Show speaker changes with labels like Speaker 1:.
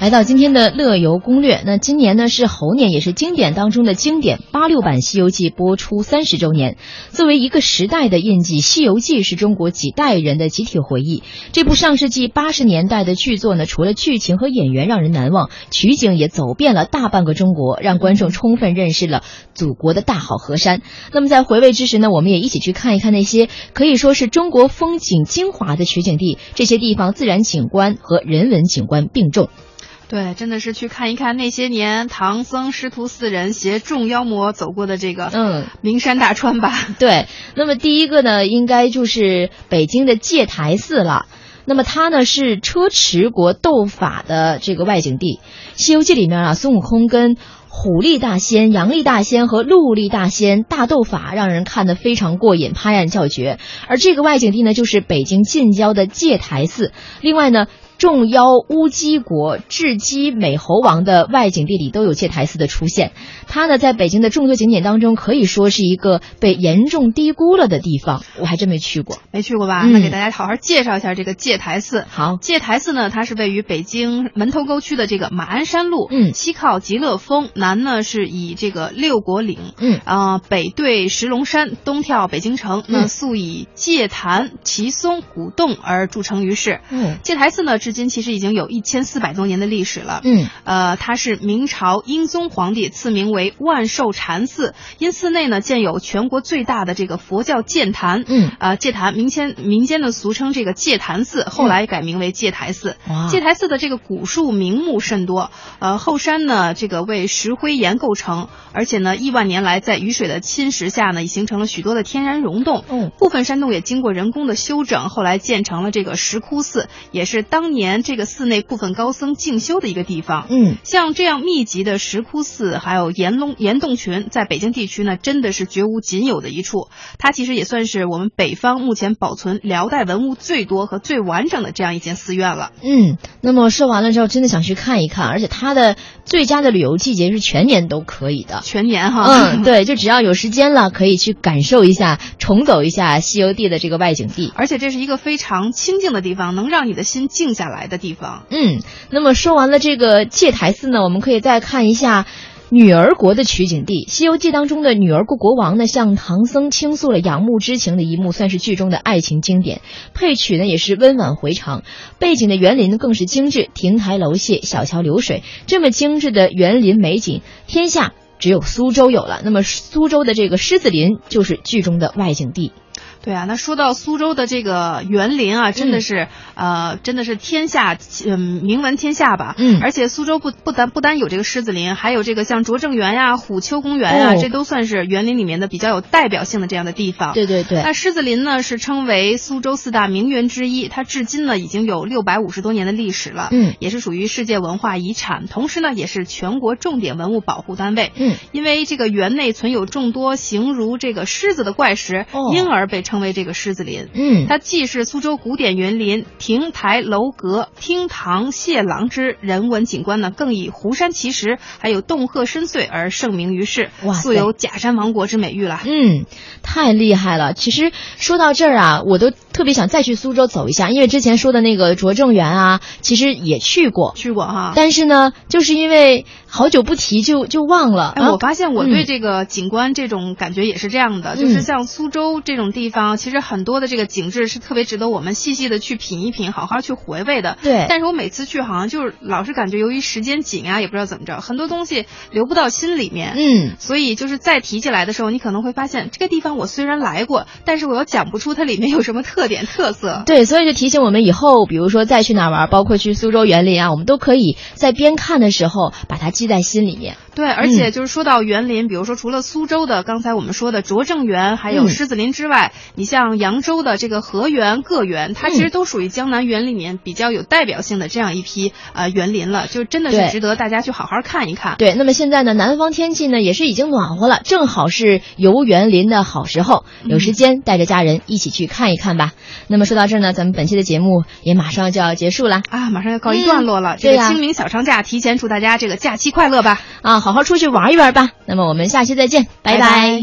Speaker 1: 来到今天的乐游攻略，那今年呢是猴年，也是经典当中的经典。八六版《西游记》播出三十周年，作为一个时代的印记，《西游记》是中国几代人的集体回忆。这部上世纪八十年代的巨作呢，除了剧情和演员让人难忘，取景也走遍了大半个中国，让观众充分认识了祖国的大好河山。那么在回味之时呢，我们也一起去看一看那些可以说是中国风景精华的取景地，这些地方自然景观和人文景观并重。
Speaker 2: 对，真的是去看一看那些年唐僧师徒四人携众妖魔走过的这 个
Speaker 1: 嗯
Speaker 2: 名山大川吧。
Speaker 1: 对，那么第一个呢，应该就是北京的戒台寺了。那么它呢是车迟国斗法的这个外景地，《西游记》里面啊，孙悟空跟虎力大仙、杨力大仙和陆力大仙大斗法，让人看得非常过瘾，拍案叫绝。而这个外景地呢，就是北京近郊的戒台寺。另外呢。众妖乌鸡国、雉鸡美猴王的外景地里都有戒台寺的出现。它呢，在北京的众多景点当中，可以说是一个被严重低估了的地方。我还真没去过。
Speaker 2: 没去过吧？
Speaker 1: 嗯
Speaker 2: 那给大家好好介绍一下这个戒台寺。
Speaker 1: 好，
Speaker 2: 戒台寺呢，它是位于北京门头沟区的这个马鞍山路，
Speaker 1: 嗯
Speaker 2: 西靠极乐峰，南呢是以这个六国岭，
Speaker 1: 嗯
Speaker 2: 啊、北对石龙山，东眺北京城。
Speaker 1: 嗯
Speaker 2: 那素以戒坛、奇松、古洞而著称于世。
Speaker 1: 嗯
Speaker 2: 戒台寺呢，至今其实已经有一千四百多年的历史了。
Speaker 1: 嗯
Speaker 2: 呃，它是明朝英宗皇帝赐名为万寿禅寺，因寺内呢建有全国最大的这个佛教建坛，
Speaker 1: 嗯，
Speaker 2: 啊，戒坛民间民间呢俗称这个戒坛寺，后来改名为戒台寺。
Speaker 1: 哇，
Speaker 2: 戒台寺的这个古树名木甚多，呃，后山呢这个为石灰岩构成，而且呢亿万年来在雨水的侵蚀下呢，已形成了许多的天然溶洞。
Speaker 1: 嗯
Speaker 2: 部分山洞也经过人工的修整，后来建成了这个石窟寺，也是当年这个寺内部分高僧进修的一个地方。
Speaker 1: 嗯
Speaker 2: 像这样密集的石窟寺，还有岩龙岩洞群，在北京地区呢，真的是绝无仅有的一处。它其实也算是我们北方目前保存辽代文物最多和最完整的这样一间寺院了。
Speaker 1: 嗯。那么说完了之后，真的想去看一看，而且它的最佳的旅游季节是全年都可以的。
Speaker 2: 全年哈，
Speaker 1: 嗯，对，就只要有时间了，可以去感受一下、重走一下《西游记》的这个外景地。
Speaker 2: 而且这是一个非常清静的地方，能让你的心静下来的地方。
Speaker 1: 嗯，那么说完了这个戒台寺呢，我们可以再看一下。女儿国的取景地，《西游记》当中的女儿国国王呢，向唐僧倾诉了仰慕之情的一幕，算是剧中的爱情经典。配曲呢也是温婉回肠，背景的园林更是精致，亭台楼榭、小桥流水，这么精致的园林美景，天下只有苏州有了。那么苏州的这个狮子林就是剧中的外景地。
Speaker 2: 对啊，那说到苏州的这个园林啊，真的
Speaker 1: 嗯
Speaker 2: 是、呃，真的是天下嗯名闻天下吧。
Speaker 1: 嗯
Speaker 2: 而且苏州不不单不单有这个狮子林，还有这个像拙政园呀、虎丘公园呀、
Speaker 1: 哦
Speaker 2: 这都算是园林里面的比较有代表性的这样的地方。
Speaker 1: 对对对，
Speaker 2: 那狮子林呢，是称为苏州四大名园之一，它至今呢已经有六百五十多年的历史了，
Speaker 1: 嗯
Speaker 2: 也是属于世界文化遗产，同时呢也是全国重点文物保护单位。
Speaker 1: 嗯
Speaker 2: 因为这个园内存有众多形如这个狮子的怪石，
Speaker 1: 哦
Speaker 2: 因而被称为这个狮子林。
Speaker 1: 嗯
Speaker 2: 它既是苏州古典园林、亭台楼阁、厅堂榭廊之人文景观呢，更以湖山奇石还有洞壑深邃而盛名于世
Speaker 1: 哇，塞
Speaker 2: 素有假山王国之美誉了。
Speaker 1: 嗯，太厉害了！其实说到这儿啊，我都特别想再去苏州走一下，因为之前说的那个拙政园啊，其实也去过，
Speaker 2: 去过哈。
Speaker 1: 但是呢，就是因为好久不提就就忘了。
Speaker 2: 哎，
Speaker 1: 啊
Speaker 2: 我发现我对
Speaker 1: 嗯
Speaker 2: 这个景观这种感觉也是这样的，
Speaker 1: 嗯
Speaker 2: 就是像苏州这种地方，其实很多的这个景致是特别值得我们细细的去品一品，好好去回味的。
Speaker 1: 对
Speaker 2: 但是我每次去好像就是老是感觉由于时间紧啊，也不知道怎么着，很多东西留不到心里面。
Speaker 1: 嗯，
Speaker 2: 所以就是再提起来的时候，你可能会发现这个地方我虽然来过，但是我又讲不出它里面有什么特点特色。
Speaker 1: 对，所以就提醒我们以后，比如说再去哪儿玩，包括去苏州园林啊，我们都可以在边看的时候把它记在心里面。
Speaker 2: 对，而且就是说到园林，比如说除了苏州的刚才我们说的拙政园，还有
Speaker 1: 嗯
Speaker 2: 狮子林之外，你像扬州的这个河源、个园，它
Speaker 1: 嗯
Speaker 2: 其实都属于江南园里面比较有代表性的这样一批呃园林了，就真的
Speaker 1: 对
Speaker 2: 是值得大家去好好看一看。
Speaker 1: 对，那么现在呢，南方天气呢也是已经暖和了，正好是游园林的好时候，有时间带着家人一起去看一看吧。那么说到这儿呢，咱们本期的节目也马上就要结束啦，
Speaker 2: 啊，马上要告一段落了，
Speaker 1: 嗯
Speaker 2: 这
Speaker 1: 对
Speaker 2: 个
Speaker 1: 呀
Speaker 2: 清明小长假，提前祝大家这个假期快乐吧，
Speaker 1: 啊，好好出去玩一玩吧。那么我们下期再见，拜拜
Speaker 2: 拜拜